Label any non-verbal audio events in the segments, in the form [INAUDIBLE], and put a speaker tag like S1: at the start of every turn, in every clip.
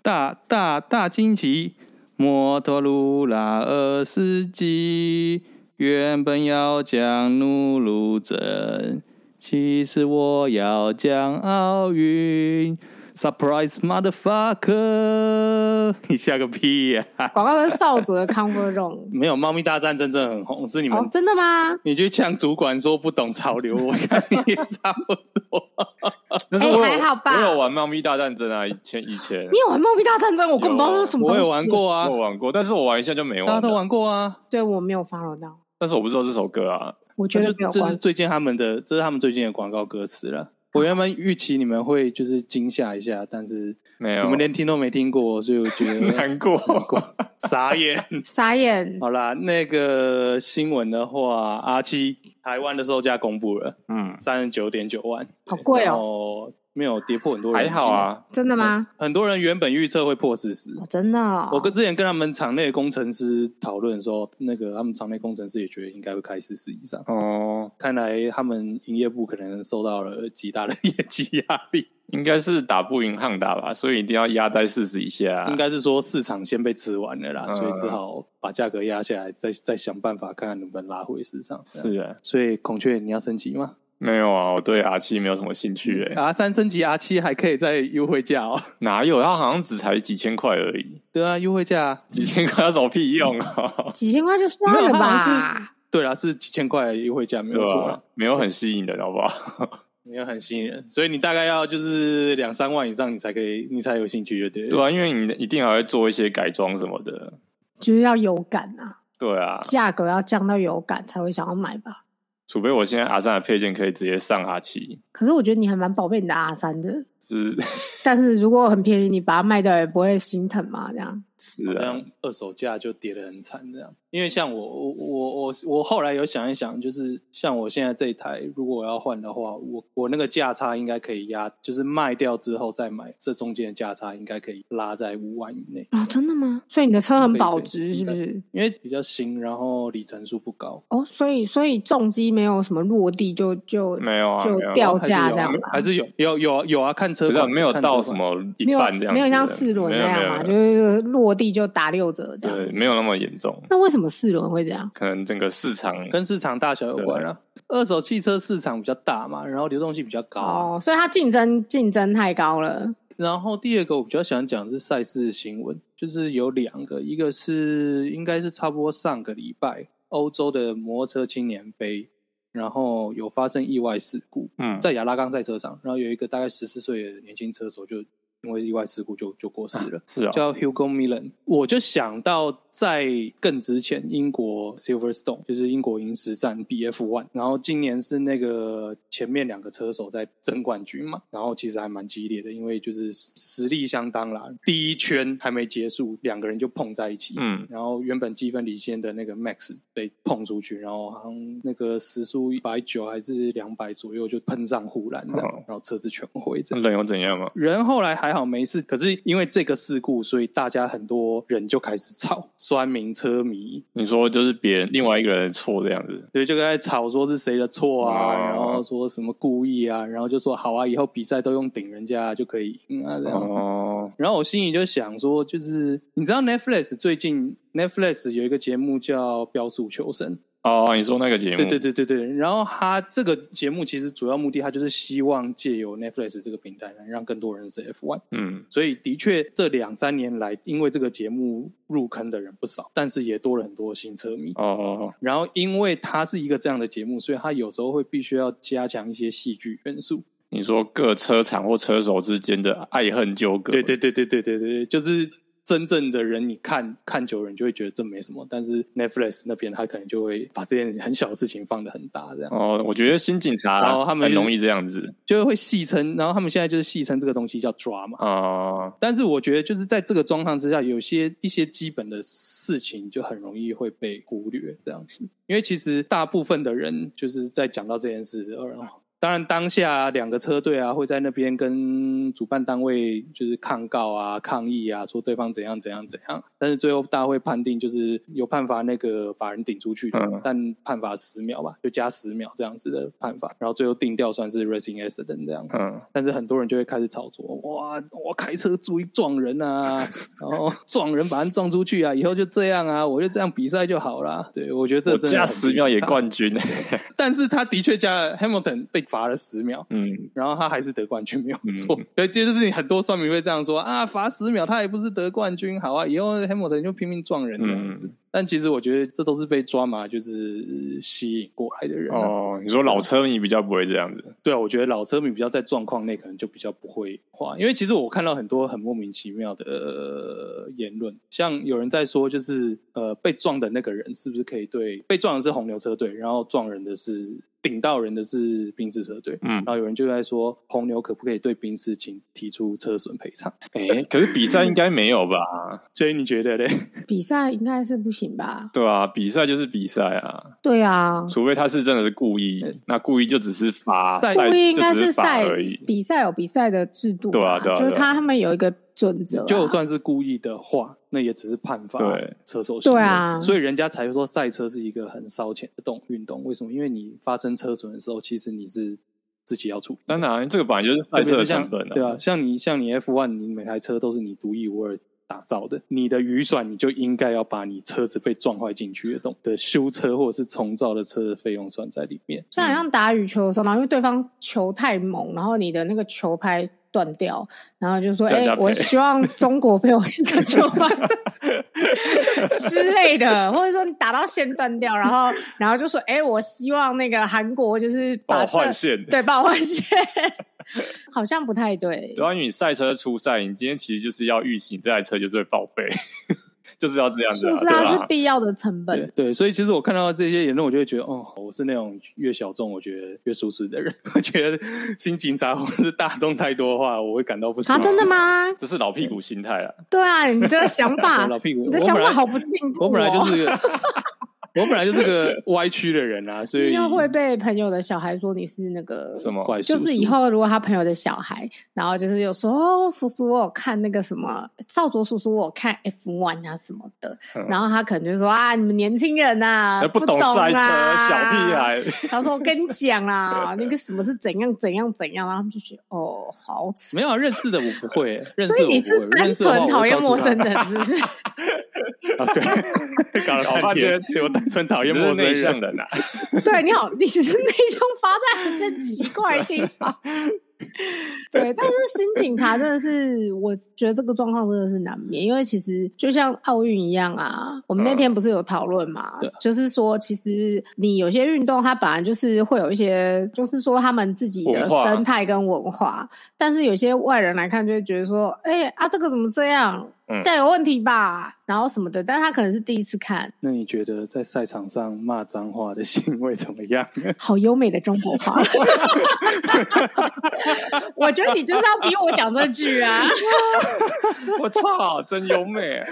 S1: 大大大惊奇！摩托罗拉二世纪原本要讲怒路症，其实我要讲奥运。Surprise motherfucker！你吓个屁呀、
S2: 广告跟少主的 cover room。
S1: 没有，《猫咪大战》真正很红， [LAUGHS] 是你们
S2: 哦，真的吗？
S1: 你去呛主管说不懂潮流，我看你也差不多。 [LAUGHS]
S3: 但是我有
S2: 哎还好吧
S3: 我有玩《猫咪大战争》啊，以前以前
S2: 你有玩《猫咪大战争》？我根本不知道那是什么
S1: 我
S2: 东西。
S1: 也玩。过啊
S3: 我，玩过，但是我玩一下就没玩。
S1: 大家都，玩过啊。
S2: 对，我没有 follow 到。
S3: 但是我不知道这首歌啊。
S2: 我觉
S1: 这
S2: 得
S1: 是
S2: 没有
S1: 这
S2: 关
S1: 是
S2: 系。
S1: 最近他们的，这是他们最近的广告歌词了。我原本预期你们会就是惊吓一下，但是
S3: 没有，
S1: 你们连听都没听过，所以我觉
S3: [LAUGHS]
S1: 得
S3: 难过。
S1: 傻眼。
S2: 傻眼。
S1: 好啦，那个新闻的话，阿七台湾的售价公布了
S3: 嗯，
S1: 三十九点九万，
S2: 好贵哦
S1: 哦，没有跌破很多人，
S3: 还好，啊，
S2: 真的吗？
S1: 很多人原本预测会破四十，
S2: 哦，真的哦。
S1: 我跟之前跟他们场内工程师讨论的时候，那个他们场内工程师也觉得应该会开四十以上。
S3: 哦，
S1: 看来他们营业部可能受到了极大的业绩压力，
S3: 应该是打不赢汉达吧，所以一定要压在四十以下。啊
S1: 应该是说市场先被吃完了啦，
S3: 嗯
S1: 所以只好把价格压下来，再再想办法看看能不能拉回市场。这样，
S3: 是啊，
S1: 所以孔雀你要升级吗？
S3: 没有啊，我对 R 七没有什么兴趣诶。
S1: R 三升级 R 七还可以再优惠价哦，
S3: 哪有？它好像只才几千块而已，
S1: 对啊，优惠价啊。
S3: 几千块有什么屁用啊？
S2: 几千块就算
S1: 没有
S2: 了
S1: 它好
S2: 吧。
S1: 对啦，是几千块的优惠价， [LAUGHS] 没
S3: 对
S1: 有错啊
S3: 吧
S1: 啦，？
S3: 没有很吸引人，好不好？
S1: 没有很吸引人，所以你大概要就是两三万以上，你才可以，你才有兴趣，就对了。
S3: 对啊，因为你一定还会做一些改装什么的。
S2: 就是要有感啊，
S3: 对啊，
S2: 价格要降到有感才会想要买吧。
S3: 除非我现在 R 三的配件可以直接上 R 七，
S2: 可是我觉得你还蛮宝贝你的 R 三的，
S3: 是
S2: 但是如果很便宜，你把它卖掉也不会心疼嘛？这样
S3: 是
S1: 好
S3: 啊，
S1: 像二手价就跌得很惨这样。因为像我我我我我后来有想一想，就是像我现在这一台，如果我要换的话，我我那个价差应该可以压，就是卖掉之后再买，这中间的价差应该可以拉在五万以内。
S2: 哦，真的吗？所以你的车很
S1: 可以
S2: 保
S1: 可以
S2: 值，是不是？
S1: 因为比较新，然后里程数不高，
S2: 哦，所以所以重机没有什么落地就就
S3: 没有啊，
S2: 就
S3: 没有啊
S2: 掉
S1: 还是有啊
S2: 价这样吧
S1: 还是有有有啊有啊，看车
S3: 不是啊
S1: 况
S3: 没有
S1: 看车
S3: 到
S1: 况
S3: 什么一
S2: 没有
S3: 半这样子的，
S2: 没有像四轮
S3: 没
S2: 那
S3: 有没
S2: 样
S3: 有
S2: 嘛，
S3: 没有
S2: 就是落地就打六折这样
S3: 对，
S2: 子。
S3: 没有那么严重，
S2: 那为什么四轮会这样？
S3: 可能整个市场
S1: 跟市场大小有关啊。二手汽车市场比较大嘛，然后流动性比较高啊、
S2: 哦，所以它竞争竞争太高了。
S1: 然后第二个我比较想讲的是赛事新闻，就是有两个，一个是应该是差不多上个礼拜欧洲的摩托车青年杯，然后有发生意外事故，
S3: 嗯
S1: 在亚拉冈赛车场，然后有一个大概十四岁的年轻车手就因为意外事故就就过世了。
S3: 是啊，
S1: 叫 Hugo Milan，我就想到在更之前，英国 Silverstone 就是英国银石站 BF One，然后今年是那个前面两个车手在争冠军嘛，然后其实还蛮激烈的，因为就是实力相当啦。第一圈还没结束，两个人就碰在一起，
S3: 嗯，
S1: 然后原本积分领先的那个 Max 被碰出去，然后好像那个时速一百九还是两百左右就喷上护栏这样，
S3: 哦
S1: 然后车子全毁这样。
S3: 人又怎样嘛？
S1: 人后来还好没事，可是因为这个事故，所以大家很多人就开始吵，酸民、车迷，
S3: 你说就是别人另外一个人的错这样子，
S1: 对，就在吵说是谁的错啊，
S3: 哦
S1: 然后说什么故意啊，然后就说好啊，以后比赛都用顶人家就可以赢啊这样子。
S3: 哦，
S1: 然后我心里就想说，就是你知道 Netflix 最近 Netflix 有一个节目叫《标速求生》，
S3: 哦，你说那个节目，
S1: 对对对对对。然后他这个节目其实主要目的，他就是希望借由 Netflix 这个平台，让更多人认识 F1。
S3: 嗯，
S1: 所以的确这两三年来，因为这个节目入坑的人不少，但是也多了很多新车迷。
S3: 哦，
S1: 然后，因为它是一个这样的节目，所以它有时候会必须要加强一些戏剧元素。
S3: 你说各车厂或车手之间的爱恨纠葛，
S1: 对对对对对对对，就是真正的人，你看看久了，你就会觉得这没什么。但是 Netflix 那边，他可能就会把这件很小的事情放得很大，这样
S3: 哦，我觉得新警察
S1: 然后哦他们
S3: 很
S1: 就
S3: 容易这样子
S1: 就会戏称。然后他们现在就是戏称这个东西叫 drama。
S3: 啊，
S1: 但是我觉得，就是在这个状况之下，有些一些基本的事情就很容易会被忽略，这样子。因为其实大部分的人就是在讲到这件事，然后当然，当下两个车队啊会在那边跟主办单位就是抗告啊、抗议啊，说对方怎样怎样怎样。但是最后大会判定就是有判罚那个把人顶出去的，
S3: 嗯
S1: 但判罚十秒吧，就加十秒这样子的判罚。然后最后定调算是 racing accident 这样子。
S3: 嗯，
S1: 但是很多人就会开始炒作，哇，我开车注意撞人啊，然后撞人把人撞出去啊，以后就这样啊，我就这样比赛就好
S3: [LAUGHS]
S1: 啦。对，我觉得这
S3: 我
S1: 真的很
S3: 加十秒也
S1: 精彩，
S3: 冠军， [LAUGHS]
S1: 但是他的确加了 Hamilton 被罚了十秒。
S3: 嗯，
S1: 然后他还是得冠军，没有错。对，这就是很多算命会这样说啊，罚十秒他也不是得冠军，好啊，以后 Hamilton 就拼命撞人这样子。
S3: 嗯
S1: 但其实我觉得这都是被抓嘛，就是吸引过来的人、啊。
S3: 哦，你说老车迷比较不会这样子，
S1: 对啊，我觉得老车迷比较在状况内，可能就比较不会画，因为其实我看到很多很莫名其妙的、呃言论，像有人在说，就是呃被撞的那个人是不是可以对被撞的是红牛车队，然后撞人的是顶到人的是宾士车队，
S3: 嗯
S1: 然，后有人就在说红牛可不可以对宾士请提出车损赔偿？
S3: 哎，可是比赛应该没有吧？
S1: [LAUGHS] 所以你觉得嘞？
S2: 比赛应该是不行吧？
S3: 对啊，比赛就是比赛啊，
S2: 对啊，
S3: 除非他是真的是故意，那故意就只是罚
S1: 哎赛
S2: 故意应该
S3: 就只是罚
S2: 赛
S3: 而已。
S2: 比赛有比赛的制度嘛，
S3: 对啊对啊
S2: 就是
S3: 对啊
S2: 他他们有一个准则啊、
S1: 就算是故意的话，那也只是判罚
S3: 对
S1: 车手行为
S2: 对啊
S1: 所以人家才会说赛车是一个很烧钱的动运动。为什么？因为你发生车损的时候，其实你是自己要处理。
S3: 当然，这个本来就是
S1: 特
S3: 赛
S1: 别
S3: 车
S1: 是
S3: 的
S1: 像
S3: 成本哦
S1: 对啊，像你像你 F1，你每台车都是你独一无二打造的，你的雨伞你就应该要把你车子被撞坏进去的动的修车或者是重造的车的费用算在里面。
S2: 就好
S3: 嗯
S2: 像打羽球的时候，然后因为对方球太猛，然后你的那个球拍断掉，然后就说：“
S3: 叫
S2: 哎、
S3: 人家赔
S2: 我希望中国赔我一个球
S3: [LAUGHS]
S2: 拍之类的，或者说你打到线断掉，然后然后就说：哎、我希望那个韩国就是
S3: 帮
S2: 把
S3: 我
S2: 这
S3: 换线。
S2: 对帮我换线，好像不太对。
S3: 对啊，因为你赛车初赛，你今天其实就是要预期你这台车就是会报废， [LAUGHS] 就是要这样子、
S2: 是
S3: 啊，
S2: 不是
S3: 对
S2: 它是
S3: 吧？
S2: 必要的成
S1: 对
S2: 本？啊
S1: 对，所以其实我看到这些言论，我就会觉得，哦，我是那种越小众我觉得越舒适的人。 [LAUGHS] 我觉得新警察或是大众太多的话，我会感到不舒服。
S2: 啊，真的？吗？
S3: 这是老屁股心态了。
S2: 对啊，你的想
S3: [LAUGHS]
S2: 法，
S1: 老屁股，
S2: 你
S1: 我
S2: 的想
S1: 本
S2: 法
S1: 来
S2: 好不进步、哦。
S1: 我本来就是个， [LAUGHS] 我本来就是个歪曲的人啊，所以
S2: 你又会被朋友的小孩说你是那个
S3: 什么？
S1: 怪叔
S2: 就
S1: 叔
S2: 是以后如果他朋友的小孩，然后就是有说哦，叔叔我有看那个什么少卓叔叔我有看 F one 啊什么的，
S3: 嗯
S2: 然后他可能就说啊，你们年轻人呐、啊，
S3: 哎不
S2: 懂
S3: 懂赛车，
S2: 啦
S3: 小屁。孩。
S2: 他说我跟你讲啦，那个什么是怎样怎样怎样，然后他们就觉得哦，好扯。
S1: 没有啊认识的我不会，认识
S2: 所
S1: 的我
S2: 以
S1: 不
S2: 你
S1: 会
S2: 是单
S1: 认识的话
S2: 纯
S1: 我会
S2: 讨厌
S1: 告诉
S2: 陌
S1: 他
S2: 生人，是不是？
S1: 啊？对， [LAUGHS] 搞了
S3: 搞
S1: 半
S3: 半
S1: 天
S3: [LAUGHS] 天，
S1: 对我单纯讨厌
S3: 你
S1: 陌
S3: 是
S1: 生
S3: 内
S1: 人
S3: 向。人啊，
S2: [LAUGHS] 对，你好，你只是内向发在这奇怪的地
S3: [LAUGHS]
S2: 方。对，但是新警察真的是，我觉得这个状况真的是难免，因为其实就像奥运一样啊，我们
S3: 嗯
S2: 那天不是有讨论嘛，
S1: 对
S2: 就是说，其实你有些运动它本来就是会有一些，就是说他们自己的
S3: 文化
S2: 生态跟文化，但是有些外人来看就会觉得说，哎、啊，这个怎么这样
S3: 嗯？
S2: 这样有问题吧，然后什么的，但是他可能是第一次看，
S1: 那你觉得在赛场上骂脏话的行为怎么样？ [LAUGHS]
S2: 好优美的中国话。 [LAUGHS] 我觉得你就是要逼我讲这句啊！
S3: 我操，真优美啊！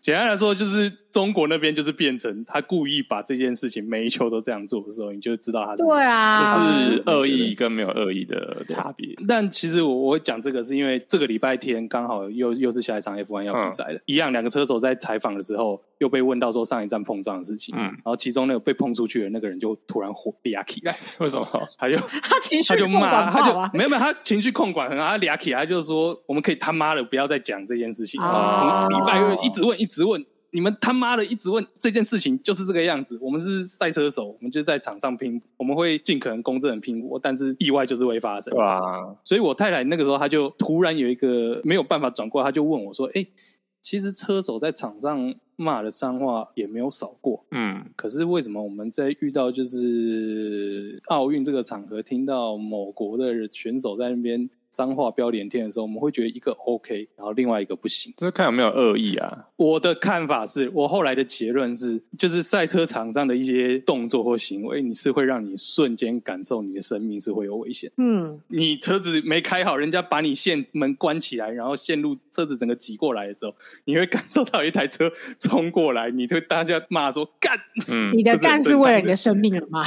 S1: 简单来说，就是中国那边就是变成他故意把这件事情每一球都这样做的时候，你就知道他是
S2: 对
S3: 这
S2: 啊，
S3: 是恶意跟没有恶意的差别。
S1: 但其实我我会讲这个，是因为这个礼拜天刚好又又是下一场 F1 要比赛了，一样两个车手在采访的时候又被问到说上一站碰撞的事情，
S3: 嗯
S1: 然后其中那个被碰出去的那个人就突然火 [LAUGHS] 嗲起来，
S3: 为什么？
S1: 他就
S2: [LAUGHS] 他情绪
S1: 他就
S2: 控管
S1: 骂，
S2: 不好
S1: 他
S2: 啊
S1: 就没有没有，他情绪控管很好，他嗲起来他就说我们可以他妈的不要再讲这件事情，
S2: 啊
S1: 从礼拜二一直问一直问。你们他妈的一直问这件事情就是这个样子。我们是赛车手，我们就在场上拼，我们会尽可能公正的拼搏，但是意外就是会发生。
S3: 对啊吧？
S1: 所以我太太那个时候，她就突然有一个没有办法转过来，她就问我说：“哎、其实车手在场上骂的脏话也没有少过，
S3: 嗯，
S1: 可是为什么我们在遇到就是奥运这个场合，听到某国的选手在那边脏话飙连天的时候，我们会觉得一个 OK，然后另外一个不行？”
S3: 就是看有没有恶意啊。
S1: 我的看法是我后来的结论是，就是赛车场上的一些动作或行为，你是会让你瞬间感受你的生命是会有危险的。
S2: 嗯，
S1: 你车子没开好，人家把你线门关起来，然后线路车子整个挤过来的时候，你会感受到一台车冲过来，你对大家骂说“干
S3: 嗯，
S2: [LAUGHS] 你的
S1: 这是很
S2: 干是
S1: 正
S2: 为
S1: 常，
S2: 了你的生命了吗？”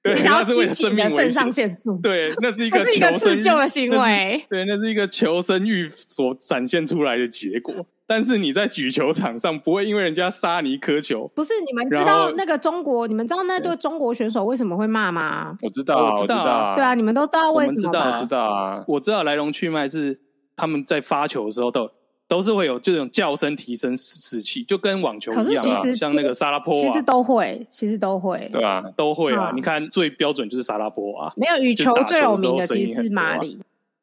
S3: 对，
S2: 你想要
S3: 那是为
S2: 激
S3: 了
S2: 起
S3: 生
S2: 你
S3: 命
S2: 的
S3: 危
S2: 肾
S3: 险
S1: [LAUGHS]
S2: 上。腺素，
S3: 对，那是
S2: [LAUGHS]
S3: 一
S2: 这
S3: 个
S2: 是一个
S3: 求生
S2: 自救的
S3: 欲
S2: 行
S3: 那是
S2: 为。
S3: 对，那是一个求生欲所展现出来的结果。但是你在举球场上不会因为人家杀你一颗球，
S2: 不是你们知
S3: 然
S2: 道
S3: 后
S2: 那个中国，你们知道那对中国选手为什么会骂吗？
S3: 我知
S1: 啊我知
S3: 哦我知
S1: 道啊
S3: 道，
S2: 对啊，，你们都知道为
S1: 我们
S2: 什么
S1: 知道
S3: 我
S2: 吧
S1: 啊
S3: 知？道啊，
S1: 我知道来龙去脉是他们在发球的时候都都是会有这种叫声提升士气，就跟网球
S2: 可是
S1: 一样啊
S2: 其，实
S1: 像那个沙拉波
S2: 其实
S1: 娃
S2: 都会，其实都会。
S3: 对啊，
S1: 都会啊
S2: 啊。
S1: 你看最标准就是沙拉波娃，
S2: 没有羽
S1: 就
S2: 球
S1: 打
S2: 最
S1: 球的
S2: 有
S1: 时候
S2: 名的
S1: 声
S2: 其
S1: 音
S2: 实
S1: 很
S2: 是
S1: 多
S2: 马
S1: 啊
S2: 里，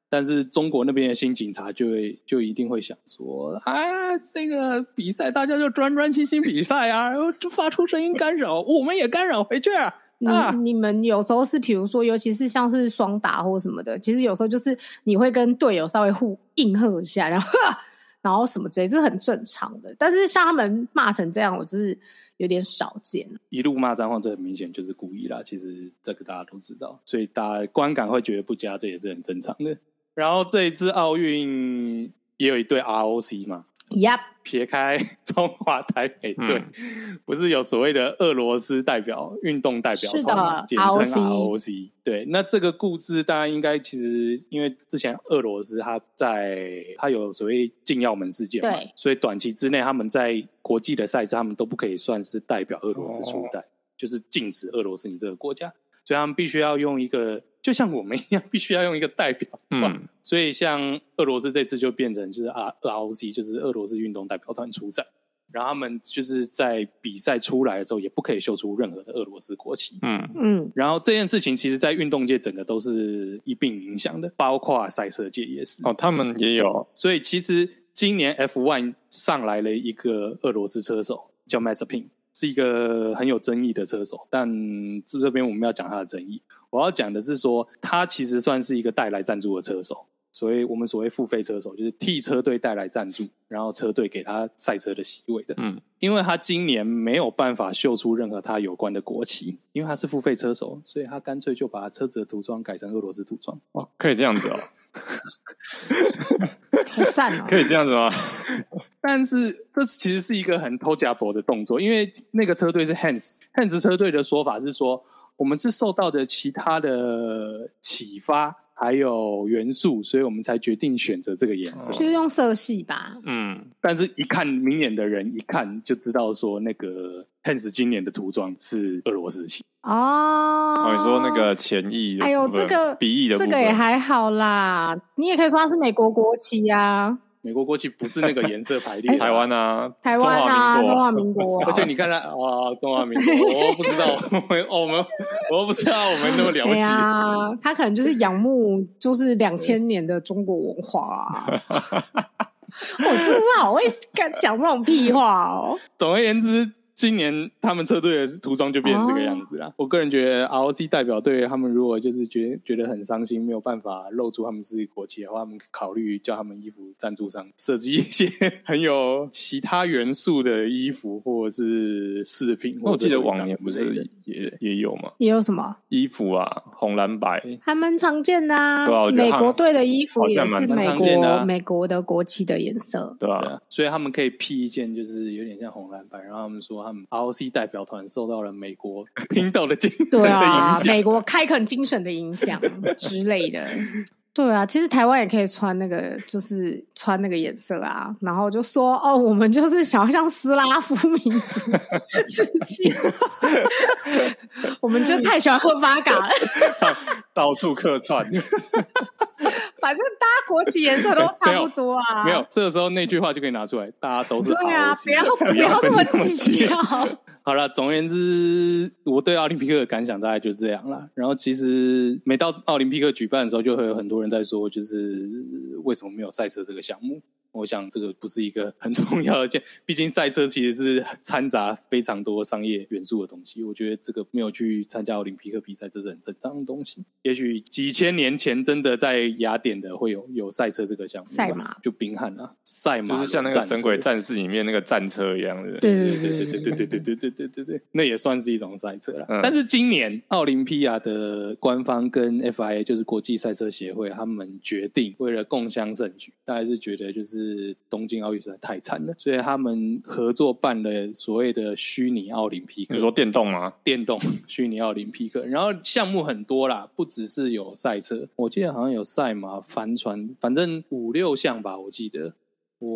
S1: 但是中国那边的新警察就会就一定会想说啊，这个比赛大家就专专心心比赛啊，然后就发出声音干扰，我们也干扰回去啊。
S2: 你
S1: 啊
S2: 你们有时候是，比如说，尤其是像是双打或什么的，其实有时候就是你会跟队友稍微互应和一下，然后 [LAUGHS] 然后什么之类，这是很正常的。但是像他们骂成这样，我就是有点少见。
S1: 一路骂脏话，这很明显就是故意啦。其实这个大家都知道，所以大家观感会觉得不佳，这也是很正常的。然后这一次奥运也有一对 ROC 嘛，
S2: Yep，
S1: 撇开中华台北队，不是有所谓的俄罗斯代表运动代表
S2: 是的
S1: 团嘛，简称啊
S2: ROC
S1: ROC。对，那这个故事大家应该其实因为之前俄罗斯它在它有所谓禁药门事件嘛
S2: 对，
S1: 所以短期之内他们在国际的赛事他们都不可以算是代表俄罗斯出
S2: 哦
S1: 赛，就是禁止俄罗斯你这个国家，所以他们必须要用一个就像我们一样，必须要用一个代表团。
S3: 嗯，
S1: 所以像俄罗斯这次就变成就是啊 ROC，就是俄罗斯运动代表团出战，然后他们就是在比赛出来的时候也不可以秀出任何的俄罗斯国旗。
S3: 嗯，
S2: 嗯，
S1: 然后这件事情其实，在运动界整个都是一并影响的，包括赛车界也是。
S3: 哦，他们也有，
S1: 所以其实今年 F1 上来了一个俄罗斯车手叫 Mazepin，是一个很有争议的车手，但这这边我们要讲他的争议。我要讲的是说，他其实算是一个带来赞助的车手，所以我们所谓付费车手就是替车队带来赞助，然后车队给他赛车的席位的。
S3: 嗯，
S1: 因为他今年没有办法秀出任何他有关的国旗，因为他是付费车手，所以他干脆就把车子的涂装改成俄罗斯涂装。
S3: 哦，可以这样子 [LAUGHS] 哦，
S2: 好赞哦
S3: 可！以这样子吗？
S1: 但是这其实是一个很偷假博的动作，因为那个车队是 Hans Hans 车队的说法是说，我们是受到的其他的启发还有元素，所以我们才决定选择这个颜色。
S3: 哦
S2: 就是用色系吧，
S3: 嗯，
S1: 但是，一看明眼的人一看就知道说，那个 Hans 今年的涂装是俄罗斯系。
S2: 哦
S3: 哦，你说那个前翼的部分，
S2: 哎呦，这个
S3: 鼻翼的部
S2: 这
S3: 分，
S2: 个也还好啦，你也可以说它是美国国旗啊，
S1: 美国国旗不是那个颜色排列的，
S3: [LAUGHS] 台湾啊，
S2: 台湾啊，中
S3: 中
S2: 华
S3: 华
S2: 民
S3: 民
S2: 国，
S1: 而且你看他啊，中华民国，我不知道，我们哦我们我不知道我们那么了
S2: 对
S1: 解。
S2: 哎呀，他可能就是
S3: [LAUGHS]
S2: 仰慕，就是两千年的中国文化
S3: [LAUGHS]
S2: 啊。我、真的是好会敢讲这种屁话哦！
S1: 总而言之，今年他们车队的涂装就变
S3: 哦
S1: 成这个样子啦。我个人觉得 ROC 代表队他们如果就是觉觉得很伤心，没有办法露出他们自己国旗的话，他们考虑叫他们衣服赞助商设计一些 [LAUGHS] 很有其他元素的衣服或者是饰品
S3: 我
S1: 或者
S3: 记
S1: 是
S3: 得
S1: 徽章
S3: 往年不
S1: 之类的
S3: 是也也有吗？
S2: 也有什么
S3: 衣服啊，红蓝白，
S2: 还蛮常见的啊，
S3: 对啊我觉得
S2: 美
S3: 他
S2: 国队的衣服
S3: 好
S2: 也
S3: 像
S2: 是
S3: 蛮
S1: 常
S2: 美
S1: 见
S2: 国、
S1: 的啊
S2: 美国的国旗的颜色。
S3: 对吧、
S1: 对啊，所以他们可以披一件就是有点像红蓝白，然后他们说他们 ROC 代表团受到了美国
S3: [LAUGHS]
S1: 拼斗的精神的
S2: 对啊
S1: 影，响。
S2: 美国开垦精神的影 [LAUGHS] 响之类的。对啊，其实台湾也可以穿那个，就是穿那个颜色啊，然后就说哦，我们就是想要像斯拉夫民 [LAUGHS] 族致 [LAUGHS] 敬，我们就太喜欢喝八嘎 [LAUGHS] 了，
S3: [LAUGHS] 到处客串，
S2: 反正大家国旗颜色都差不多啊，
S1: 没有，这个时候那句话就可以拿出来，大家都是 ROC
S2: 对啊，不要不
S1: 不要
S2: 要这
S1: 分
S2: 么
S1: 那么
S2: 计
S1: 细
S2: 较，
S1: 好了，总而言之，我对奥林匹克的感想大概就这样啦。然后其实每到奥林匹克举办的时候，就会有很多人在说，就是为什么没有赛车这个项目？我想这个不是一个很重要的件， [LAUGHS] 毕竟赛车其实是掺杂非常多商业元素的东西。我觉得这个没有去参加奥林匹克比赛，这是很正常的东西。也许几千年前真的在雅典的会有有赛车这个项目吧，啊
S2: 赛马
S1: 就冰汉啊，赛马
S3: 就是像那个
S1: 战
S3: 《
S1: 车
S3: 神鬼战士》里面那个战车一样的。
S2: 对
S1: 对对对对对对对对对对对，那也算是一种赛车啦。
S3: 嗯
S1: 但是今年奥林匹亚的官方跟 FIA 就是国际赛车协会，他们决定为了共襄盛举，大概是觉得就是是东京奥运实在太惨了，所以他们合作办了所谓的虚拟奥林匹克
S3: 你，说电动吗？
S1: 电动 [LAUGHS] 虚拟奥林匹克，然后项目很多啦，不只是有赛车，我记得好像有赛马、帆船，反正五六项吧，我记得。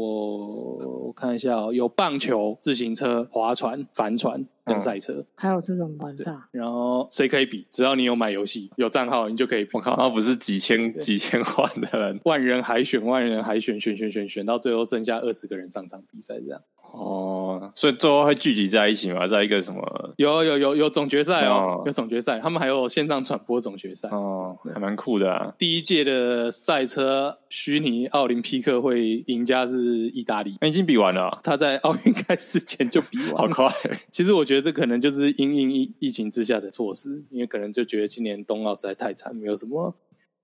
S1: 我我看一下、哦，有棒球、自行车、划船、帆船跟
S3: 嗯
S1: 赛车，
S2: 还有这种玩法，
S1: 然后谁可以比？只要你有买游戏、有账号，你就可以比。
S3: 我靠，那不是几千几千万的人
S1: 万人海选，万人海选，选选选选，到最后剩下二十个人上场比赛，这样。
S3: 哦，所以最后会聚集在一起嘛，在一个什么？
S1: 有有有有总决赛哦
S3: 哦，
S1: 有总决赛，他们还有线上转播总决赛。
S3: 哦，还蛮酷的啊。
S1: 第一届的赛车虚拟奥林匹克会赢家是意大利，
S3: 那已经比完了啊，
S1: 他在奥运开始前就比
S3: 好
S1: 完。
S3: 快！
S1: 其实我觉得这可能就是因应疫疫情之下的措施，因为可能就觉得今年冬奥实在太惨，没有什么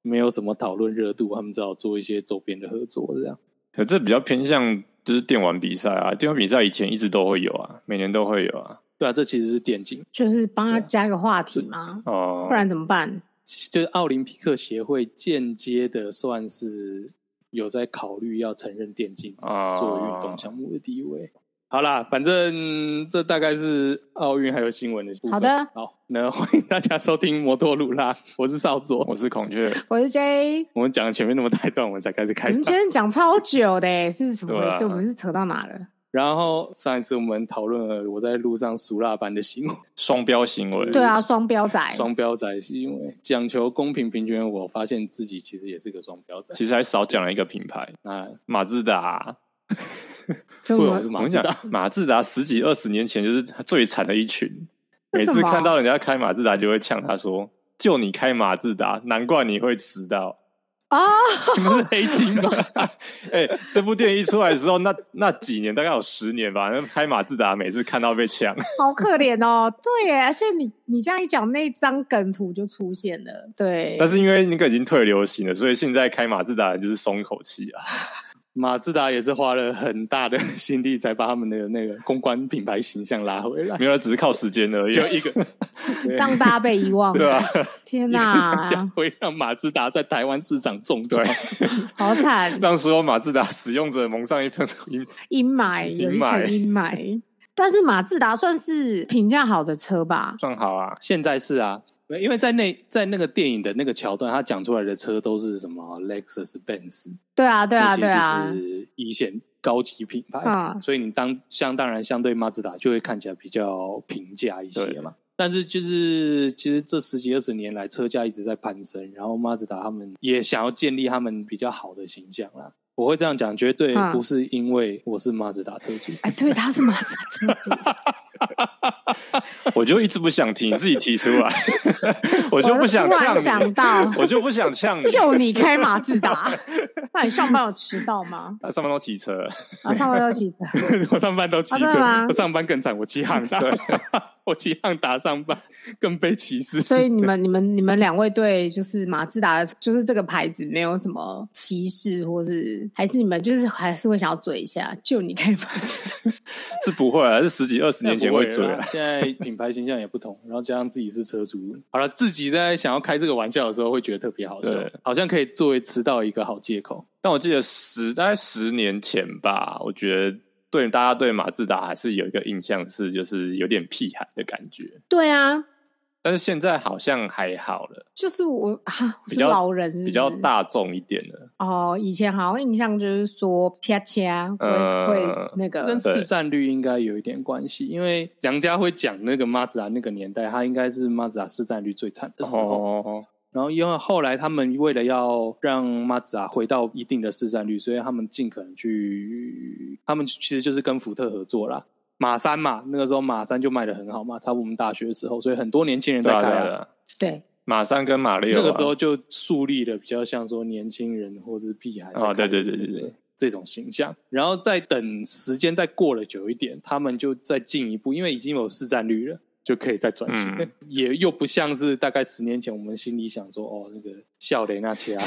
S1: 没有什么讨论热度，他们只好做一些周边的合作这样。
S3: 可 [LAUGHS] 这比较偏向就是电玩比赛啊，电玩比赛以前一直都会有啊，每年都会有啊。
S1: 对啊，这其实是电竞，
S2: 就是帮他加一个话题嘛，
S3: 哦
S2: 不，然怎么办？
S1: 就是奥林匹克协会间接的算是有在考虑要承认电竞
S3: 啊，
S1: 作为运动项目的地位。好啦，反正这大概是奥运还有新闻的部分。
S2: 好的
S1: 好，那欢迎大家收听摩托鲁拉， [LAUGHS] 我是少佐。
S3: 我是孔雀，
S2: 我是 J，
S1: 我们讲了前面那么大一段，我们才开始
S2: 我
S1: 开
S2: 们
S1: 始
S2: 今。天讲超久的欸，是怎么回事？
S3: 对啊
S2: 我们是扯到哪了？
S1: 然后上一次我们讨论了我在路上俗辣般的行为，
S3: 双标行为。
S2: 对啊，双标仔，
S1: 双标仔行为，讲求公平平权，我发现自己其实也是个双标仔。
S3: 其实还少讲了一个品牌，
S1: 那
S3: 马自达啊、
S2: 就
S1: 不然我
S2: 我们
S1: 是
S3: 我
S1: 马
S3: 跟你
S1: 自
S3: 讲 [LAUGHS]
S1: 达，，
S3: 马自达十几二十年前就是最惨的一群，
S2: 为
S3: 每
S2: 什么
S3: 次看到人家开马自达就会呛他说：“就你开马自达， [LAUGHS] 难怪你会迟到。
S2: 啊，”
S3: 你们是黑金吗？哎、这部电影一出来的时候，那那几年大概有十年吧，那开马自达每次看到被呛，
S2: 好可怜哦。对耶，而且你你这样一讲，那张梗图就出现了。对，
S3: 但是因为那个已经退流行了，所以现在开马自达的就是松一口气啊。
S1: [LAUGHS]
S3: [LAUGHS]
S1: 马自达也是花了很大的心力才把他们的那个公关品牌形象拉回
S2: 哦
S1: 来。
S3: 没有，只是靠时间而已。
S1: 就一个，对
S2: 让大家被遗忘。
S3: 对啊，
S2: 天
S1: 一
S2: 哪
S1: 个，将会让马自达在台湾市场中
S3: 对
S1: 断。，
S2: 好惨，
S3: 让所有马自达使用者蒙上一片 [LAUGHS] 阴
S2: 阴霾有一层阴霾。但是马自达算是评价好的车吧？
S3: 算好啊。
S1: 现在是啊，因为在那在那个电影的那个桥段，他讲出来的车都是什么 Lexus、Benz，
S2: 对啊，对啊，对
S1: 那些，
S2: 啊
S1: 就是一线高级品牌，
S2: 嗯
S1: 所以你当相当然相对马自达就会看起来比较平价一些嘛。但是就是其实这十几二十年来，车价一直在攀升，然后马自达他们也想要建立他们比较好的形象啦。我会这样讲，绝对
S2: 嗯
S1: 不是因为我是马自达车主，
S2: 哎，对，他是马自达车主，
S3: 我就一直不想提，你自己提出来， [LAUGHS] [LAUGHS] 我就不想
S2: 突然
S3: 呛你
S2: 想，到，
S3: 我就不想呛你。
S2: [LAUGHS] 就你开马自达，那你上班有迟到吗？
S3: 他上班都骑车，
S2: 啊，上班都骑车，
S1: 我上班都骑
S2: 啊真
S1: 车，
S2: 的吗
S1: 我上班更惨，我骑汉
S2: [LAUGHS]
S1: 达，我骑汉达上班更被歧 [LAUGHS] 视。
S2: 所以你们、你们、你们两位对就是马自达的，就是这个牌子没有什么歧视，或是还是你们就是还是会想要嘴一下，就你开马自达，
S3: [LAUGHS] 是不会啊，是十几二十年前会追啊。
S1: 现在品牌形象也不同，然后加上自己是车主，好了，自己在想要开这个玩笑的时候，会觉得特别好笑
S3: 对，
S1: 好像可以作为迟到一个好借口。
S3: 但我记得十大概十年前吧，我觉得对大家对马自达还是有一个印象是，就是有点屁孩的感觉。
S2: 对啊，
S3: 但是现在好像还好了，
S2: 就是我啊，我
S3: 比
S2: 是
S3: 较
S2: 老人是不
S1: 嗯
S2: 是
S3: 比较大众一点了。
S2: 哦。以前好像印象就是说啪嚓会、
S3: 呃
S2: 会那个
S1: 跟市占率应该有一点关系，因为梁家辉讲那个马自达那个年代，他应该是马自达市占率最惨的时候。
S3: 哦，
S1: 然后因为后来他们为了要让马自达回到一定的市占率，所以他们尽可能去，他们其实就是跟福特合作啦。马三嘛，那个时候马三就卖的很好嘛，差不多我们大学的时候，所以很多年轻人
S3: 对
S1: 在
S3: 啊
S1: 开
S3: 对
S1: 啊、
S3: 啊对啊，
S2: 对
S3: 马三跟马六啊
S1: 那个时候就树立了比较像说年轻人或是屁孩在
S3: 哦对
S1: 开的
S3: 对对对
S1: 那个
S3: 对
S1: 这种形象，然后再等时间再过了久一点，他们就再进一步，因为已经有市占率了。就可以再转型，
S3: 嗯
S1: 也又不像是大概十年前我们心里想说，哦，那个笑脸那
S3: [LAUGHS]
S1: 其他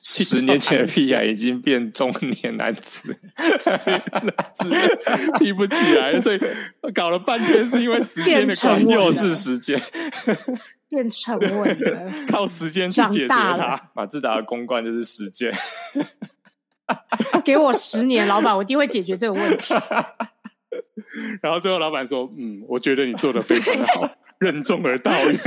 S3: 十年前的屁孩已经变中年男子，
S1: 提不起来， [LAUGHS] 所以搞了半天是因为时间的关
S2: 变沉
S1: 系，
S2: 稳
S3: 又
S2: 了
S3: [LAUGHS] 是时间。
S2: 变沉稳了。
S1: 靠时间去
S2: 长
S1: 解决它
S2: 大了。
S1: [LAUGHS]
S3: 马自达的公关就是时间，
S2: 给我十年，老板，我一定会解决这个问题。
S1: 然后最后老板说：“嗯，我觉得你做的非常的
S3: [LAUGHS]
S1: 好，任重而道远。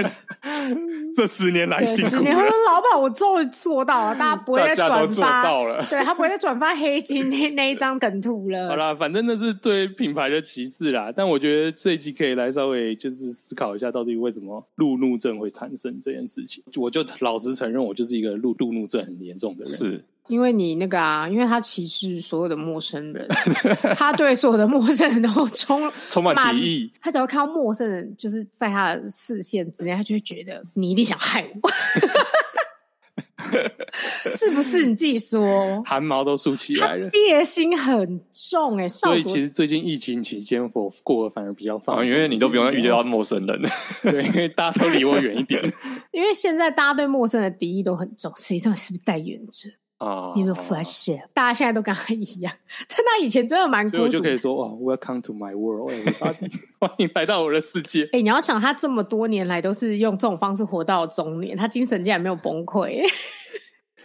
S1: 这十年来
S2: 对，
S1: 辛
S2: 十
S1: 苦
S2: 年后
S1: 了，
S2: 老板，我终于做到了，大家不会
S3: 大
S1: [LAUGHS]
S2: 再
S3: 家都
S2: 转
S3: 做
S2: 发，
S3: 到了。
S2: 对他不会再转发黑金那那一张梗图了。
S1: 好啦，反正那是对品牌的歧视啦。但我觉得这一集可以来稍微就是思考一下，到底为什么路怒症会产生这件事情。我就老实承认，我就是一个路路怒症很严重的人。
S3: 是，
S2: 因为你那个啊，因为他歧视所有的陌生人， [LAUGHS] 他对所有的陌生人都充
S3: 充满
S2: 满
S3: 敌意，
S2: 他只要看到陌生人就是在他的视线之内，他就会觉得你一定想害我， [LAUGHS] 是不是？你自己说，
S1: 汗毛都竖起来
S2: 他
S1: 了。
S2: 戒心很重哎、少
S1: 所以
S2: 佐
S1: 其实最近疫情期间，我过得反而比较放
S3: 啊，
S1: 松，
S3: 因为你都不用遇到陌生人了。
S1: [LAUGHS] 对，因为大家都离我远一
S3: [LAUGHS]
S1: 点
S2: 因为现在大家对陌生人的敌意都很重，谁知道你是不是带原者？
S3: 啊，
S2: 你有没有
S1: 哦
S2: 发现？大家现在都跟他一样，但他以前真的蛮孤
S1: 所以我就
S2: 独
S1: 可
S2: 的
S1: 以。说哇，Welcome to my world，everybody
S3: [LAUGHS]
S1: 欢迎来到我的世界。
S2: 哎、你要想，他这么多年来都是用这种方式活到中年，他精神竟然没有崩溃、 [LAUGHS]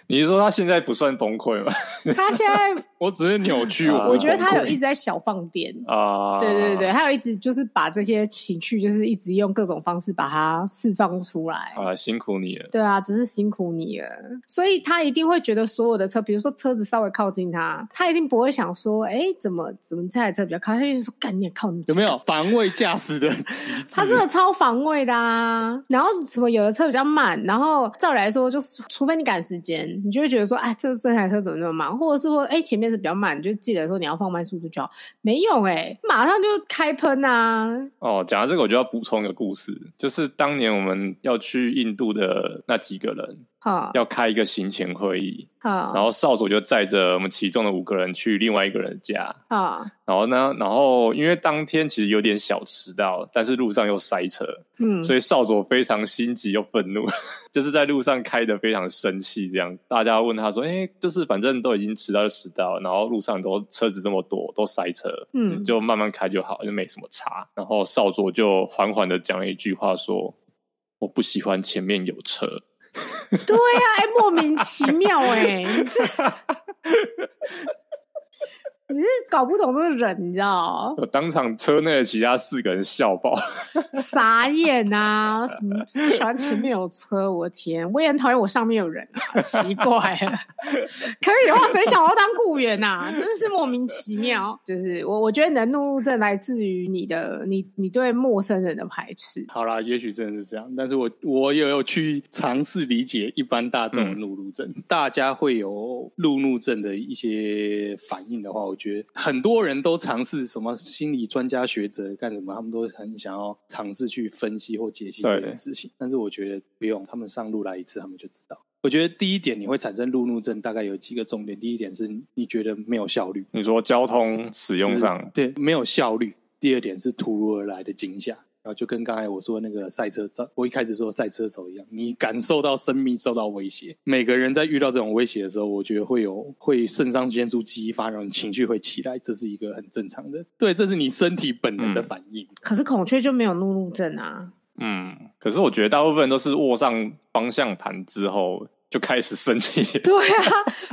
S3: 你是说他现在不算崩溃吗？ [LAUGHS]
S2: 他
S1: [LAUGHS]
S2: 现在，
S1: 我只是扭曲，
S3: 啊
S1: 不
S2: 我
S1: 是
S2: 觉得他有
S1: 崩溃
S2: 一直在小放电。
S3: 啊，
S2: 对对对，，还有一直就是把这些情绪，就是一直用各种方式把它释放出来。
S3: 啊，辛苦你了。
S2: 对啊，只是辛苦你了，所以他一定会觉得所有的车，比如说车子稍微靠近他，他一定不会想说，哎，怎么怎么这台车比较靠？他就说，干你也靠那么近
S1: 有没有防卫驾驶的极致？
S2: 他真的超防卫的啊。然后什么有的车比较慢，然后照理来说，就是除非你赶时间，你就会觉得说，哎，这这台车怎么那么慢？或者是说，哎，前面是比较慢，你就记得说你要放慢速度就好。没有哎、马上就开喷啊！
S3: 哦，讲到这个，我就要补充一个故事，就是当年我们要去印度的那几个人 [LAUGHS]
S2: 哈
S3: 要开一个行前会议，
S2: 哈
S3: 然后少佐就载着我们其中的五个人去另外一个人家，
S2: 哈，
S3: 然后呢，然后因为当天其实有点小迟到，但是路上又塞车，
S2: 嗯，
S3: 所以少佐非常心急又愤怒， [LAUGHS] 就是在路上开的非常生气，这样大家问他说：“哎、就是反正都已经迟到就迟到，然后路上都车子这么多，都塞车，
S2: 嗯
S3: 就慢慢开就好，就没什么差。”然后少佐就缓缓的讲了一句话说：“我不喜欢前面有车。
S2: 对呀、哎、莫名其妙哎、
S3: [LAUGHS]
S2: 这你是搞不懂这个人，你知道”？
S3: 我当场车内的其他四个人笑爆， [LAUGHS]
S2: 傻眼啊！什么不喜欢前面有车，我天，我也很讨厌我上面有人啊，奇怪了。可以的话，谁想要当雇员呐、真的是莫名其妙。就是我，我觉得你的怒路症来自于你的，你你对陌生人的排斥。
S1: 好啦，也许真的是这样，但是我我也有去尝试理解一般大众的路怒症，大家会有路怒症的一些反应的话，我觉得很多人都尝试什么心理专家学者干什么，他们都很想要尝试去分析或解析这件事情，但是我觉得不用，他们上路来一次，他们就知道。我觉得第一点你会产生路怒症，大概有几个重点。第一点是你觉得没有效率，
S3: 你说交通使用上，
S1: 对，没有效率。第二点是突如而来的惊吓，然后就跟刚才我说那个赛车手，我一开始说赛车手一样，你感受到生命受到威胁。每个人在遇到这种威胁的时候，我觉得会有会肾上腺素激发，然后你情绪会起来，这是一个很正常的。对，这是你身体本能的
S3: 嗯
S1: 反应。
S2: 可是孔雀就没有怒路症啊。
S3: 嗯，可是我觉得大部分都是握上方向盘之后就开始生气。
S2: [LAUGHS] 对啊，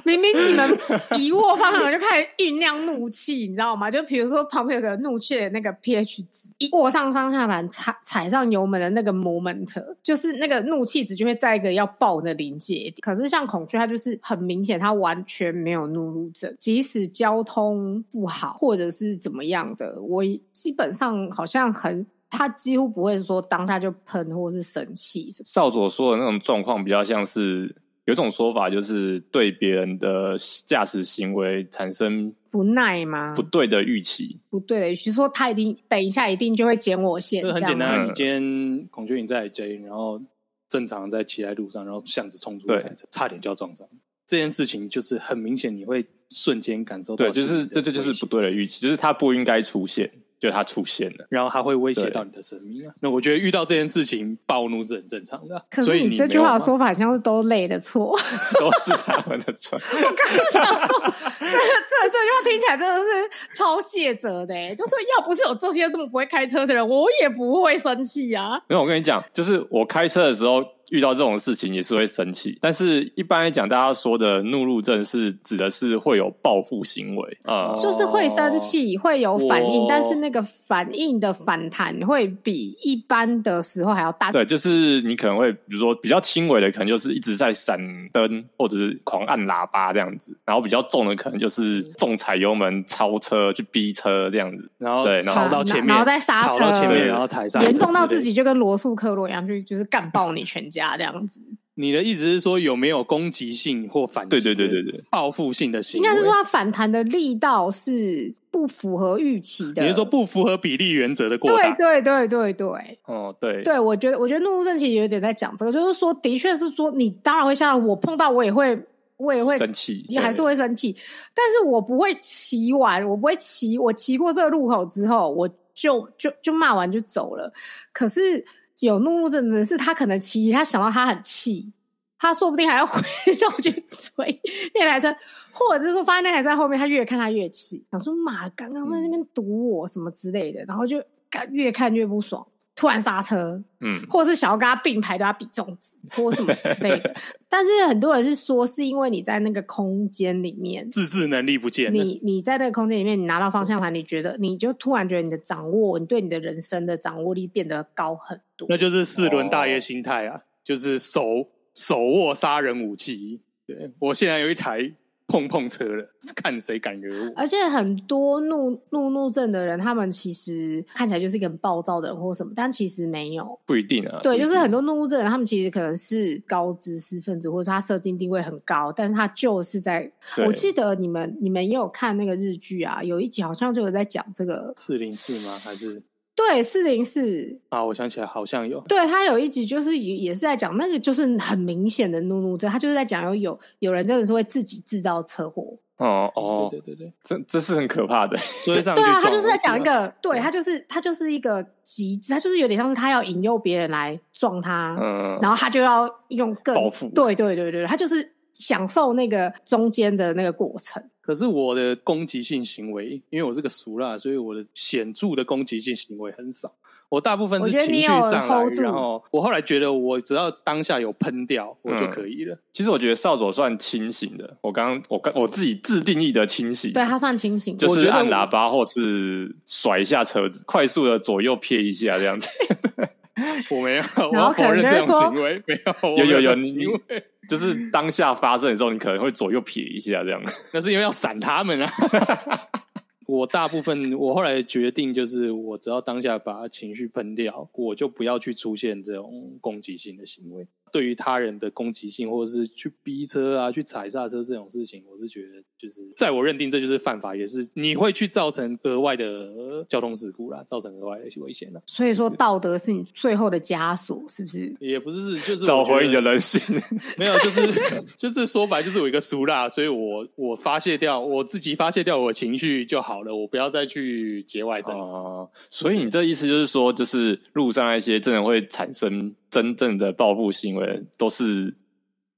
S2: 明明你们一握方向盘就开始酝酿怒气，你知道吗？就比如说旁边有个怒气的那个 pH 值，一握上方向盘踩踩上油门的那个 moment，就是那个怒气值就会在一个要爆的临界点。可是像孔雀，它就是很明显，它完全没有怒路症，即使交通不好或者是怎么样的，我基本上好像很。他几乎不会说当下就喷或是生气什么，
S3: 少佐说的那种状况，比较像是有一种说法，就是对别人的驾驶行为产生
S2: 不耐吗？
S3: 不对的预期。
S2: 不对的，是说他一定等一下一定就会剪我线，
S1: 就
S2: 这
S1: 很
S2: 样
S1: 简
S2: 吗
S1: 单，啊
S3: 嗯
S1: 你今天孔雀你在 J，然后正常在骑在路上，然后巷子冲出一台车，差点就要撞上。这件事情就是很明显，你会瞬间感受到
S3: 对，
S1: 心
S3: 就
S1: 理
S3: 是
S1: 的
S3: 这这就是
S1: 威胁
S3: 不对的预期，就是它不应该出现，就它出现了。
S1: 然后它会威胁
S3: 对
S1: 到你的生命啊。那我觉得遇到这件事情暴怒是很正常的啊。
S2: 可
S1: 所
S2: 是
S1: 以
S2: 你这
S1: 没
S2: 句
S1: 有
S2: 话
S1: 吗
S2: 的说法像是都累的错， [LAUGHS]
S3: 都是他们的错。 [LAUGHS]
S2: 这这这句话听起来真的是超谢责的、欸，就说要不是有这些这么不会开车的人，我也不会生气啊。
S3: 因为我跟你讲，就是我开车的时候，遇到这种事情也是会生气。但是一般来讲，大家说的怒路症是指的是会有报复行为啊、
S1: 哦
S2: 就是会生气，会有反应
S1: 我，
S2: 但是那个反应的反弹会比一般的时候还要大。
S3: [LAUGHS] 对，就是你可能会，比如说比较轻微的，可能就是一直在闪灯或者是狂按喇叭这样子，然后比较重的可能就是重踩油门、超车、去逼车这样子。
S1: 然后
S3: 对然后
S1: 超到前面，
S2: 然后再刹车
S1: 超到前
S3: 对
S1: 面，然后踩刹车，
S2: 严重到自。己就跟罗素克洛一样，就就是干爆你全家这样子。
S1: 你的意思是说有没有攻击性或反击
S3: 对对对对对，
S1: 报复性的行
S2: 应
S1: 为？
S2: 该是说它反弹的力道是不符合预期的。
S1: 你是说不符合比例原则的过
S2: 对
S1: 大？
S2: 对对对对
S3: 哦，对，
S2: 对，我觉得我觉得怒目症其实有点在讲这个，就是说，的确是说，你当然会像我碰到我也会，我也会
S3: 生气，
S2: 你还是会生气，但是我不会骑完，我不会骑，我骑过这个路口之后，我就就就骂完就走了。可是有怒路症的人是他可能骑，他想到他很气，他说不定还要回 [LAUGHS] 头去追那台车，或者是说发现那台车在后面，他越看他越气，想说妈，刚刚在那边堵我什么之类的，然后就干越看越不爽，突然刹车，
S3: 嗯，
S2: 或是想要跟他并排，对他比中指或什么之类的。 [LAUGHS] 但是很多人是说，是因为你在那个空间里面，
S1: 自制能力不见了。
S2: 你你在那个空间里面，你拿到方向盘，你觉得你就突然觉得你的掌握，你对你的人生的掌握力变得高很多。
S1: 那就是四轮大爷心态
S2: 哦
S1: 啊，就是手手握杀人武器。对我现在有一台碰碰车了，看谁敢惹我。
S2: 而且很多怒怒怒症的人，他们其实看起来就是一个很暴躁的人或什么，但其实没有，
S3: 不一定啊。
S2: 对，就是很多怒症的人，他们其实可能是高知识分子，或者说他社经地位很高，但是他就是在。
S3: 对
S2: 我记得你们你们也有看那个日剧啊，有一集好像就有在讲这个。
S1: 四零四吗？还是
S2: 对，四零四，
S1: 啊？我想起来，好像有。
S2: 对他有一集就是也也是在讲那个，就是很明显的怒怒症，他就是在讲有有有人真的是会自己制造车祸。
S3: 哦哦，
S1: 对对对对，
S3: 这这是很可怕的。
S1: 追上去
S2: 对啊，
S1: 撞
S2: 他就是在讲一
S1: 我知道
S2: 个，对他就是他就是一个极致，他就是有点像是他要引诱别人来撞他，
S3: 嗯，
S2: 然后他就要用更
S3: 报复
S2: 对对对对，他就是享受那个中间的那个过程。
S1: 可是我的攻击性行为，因为我是个俗辣，所以我的显著的攻击性行为很少。我大部分
S2: 我
S1: 是
S2: 觉得
S1: 情
S2: 你
S1: 绪
S2: 有
S1: 上
S2: hold
S1: 来，
S2: 住
S1: 然后我后来觉得，我只要当下有喷掉，我就
S3: 嗯
S1: 可以了。
S3: 其实我觉得少佐算清醒的。我刚刚我刚我自己自定义的清醒，
S2: 对他算清醒，
S3: 就
S1: 我
S3: 是
S1: 觉得
S3: 按
S1: 我
S3: 喇叭或是甩一下车子，快速的左右瞥一下这样子。
S1: 我没有，我
S2: 然后
S1: 要
S2: 可能
S1: 否认
S2: 就会
S1: 这种
S2: 说
S1: 行为，没有，我
S3: 有
S1: 没
S3: 有有
S1: 这种行为，
S3: 就是当下发生的时候，你可能会左右瞥一下这样。
S1: 那是因为要闪他们啊。 [LAUGHS] 我大部分我后来决定就是，我只要当下把情绪喷掉，我就不要去出现这种攻击性的行为。对于他人的攻击性，或者是去逼车啊、去踩刹车这种事情，我是觉得就是在我认定这就是犯法，也是你会去造成额外的呃交通事故啦，造成额外的危险啦。
S2: 所以说道德是你最后的枷锁，是不是？
S1: 也不是，就是
S3: 找
S1: 我觉
S3: 回你
S1: 得
S3: 的人性。
S1: 没有，就是就是说白，就是我一个俗辣，所以我我发泄掉我自己发泄掉我情绪就好了，我不要再去节外生枝。
S3: [LAUGHS] 哦，所以你这意思就是说，就是路上那些真的会产生真正的报复行为，都是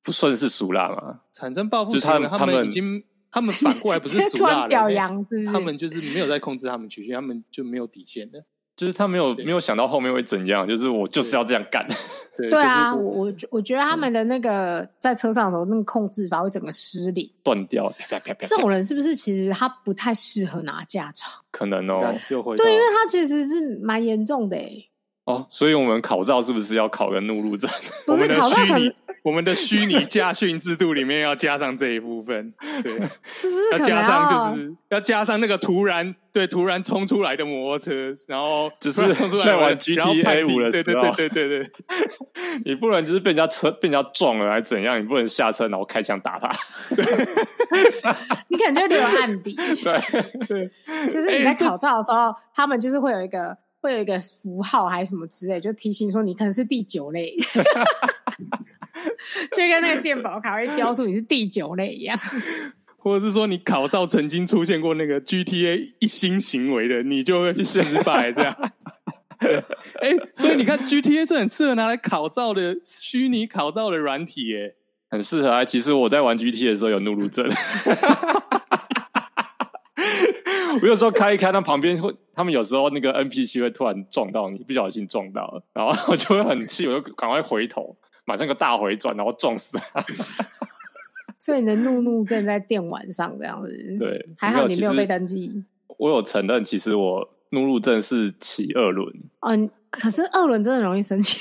S3: 不算是俗辣嘛？
S1: 产生报复
S3: 就是
S1: 心
S3: 他
S1: 了，
S3: 们
S1: 他
S3: 他们
S1: 们已经他们反过来不
S2: [LAUGHS]
S1: 是
S2: 突
S1: 俗辣
S2: 然
S1: 了，
S2: 表扬，是不是？
S1: 他们就是没有在控制他们情绪，他们就没有底线了。
S3: 就是他没有
S1: 对
S3: 没有想到后面会怎样，就是我就是要这样干。
S1: 对，
S2: 对啊，
S1: 就是嗯
S2: 我我觉我觉得他们的那个在车上的时候，那个控制法会整个失灵。
S3: 断掉，啪啪啪啪啪
S2: 这种人是不是其实他不太适合拿驾照？
S3: 可能
S1: 你
S3: 哦
S1: 看又回到
S2: 对，因为他其实是蛮严重的欸诶、
S3: 哦，所以我们考照是不是要考个怒路症？ [LAUGHS]
S2: 不
S1: 我
S2: 是
S1: 们的
S2: 考照可
S1: 虚
S2: 能
S1: 拟我们的虚拟驾训制度里面要加上这一部分，对，啊
S2: 是不是
S1: [LAUGHS] 要
S2: 可能
S1: 加上
S2: 要
S1: 就是要加上那个突然对突然冲出来的摩托车，然后
S3: 就是
S1: 突然冲出来
S3: 在玩
S1: 然后
S3: GTA
S1: 判定
S3: 五的
S1: 对
S3: 时候
S1: 对对对对对。 [LAUGHS]
S3: 你不能就是被人家车被人家撞了还是怎样？你不能下车然后开枪打他。 [LAUGHS]
S2: 你可能就留有案
S1: [LAUGHS]
S2: 底。
S3: 对，
S1: 哎
S2: 就是你在考照的时候，他们就是会有一个会有一个符号还是什么之类，就提醒说你可能是第
S1: [LAUGHS]
S2: 九类，就跟那个鉴宝卡会标注你是第九类一样。
S1: 或者是说你考照曾经出现过那个 GTA 一星行为的，你就会失败这样。 [LAUGHS] 哎、所以你看 GTA 是很适合拿来考照的虚拟考照的软体耶。
S3: 很适合啊。其实我在玩 GT 的时候有怒路症， [LAUGHS] 我有时候开一开，那旁边会他们有时候那个 NPC 会突然撞到你，不小心撞到了，然后我就会很气，我就赶快回头。马上个大回转，然后撞死他。
S2: 所以你的怒怒症在电玩上这样子。
S3: 对，
S2: [LAUGHS] 还好你没有被
S3: 其实
S2: 登记。
S3: 我有承认，其实我怒路症是起二轮，
S2: 哦，你可是二轮真的容易生气。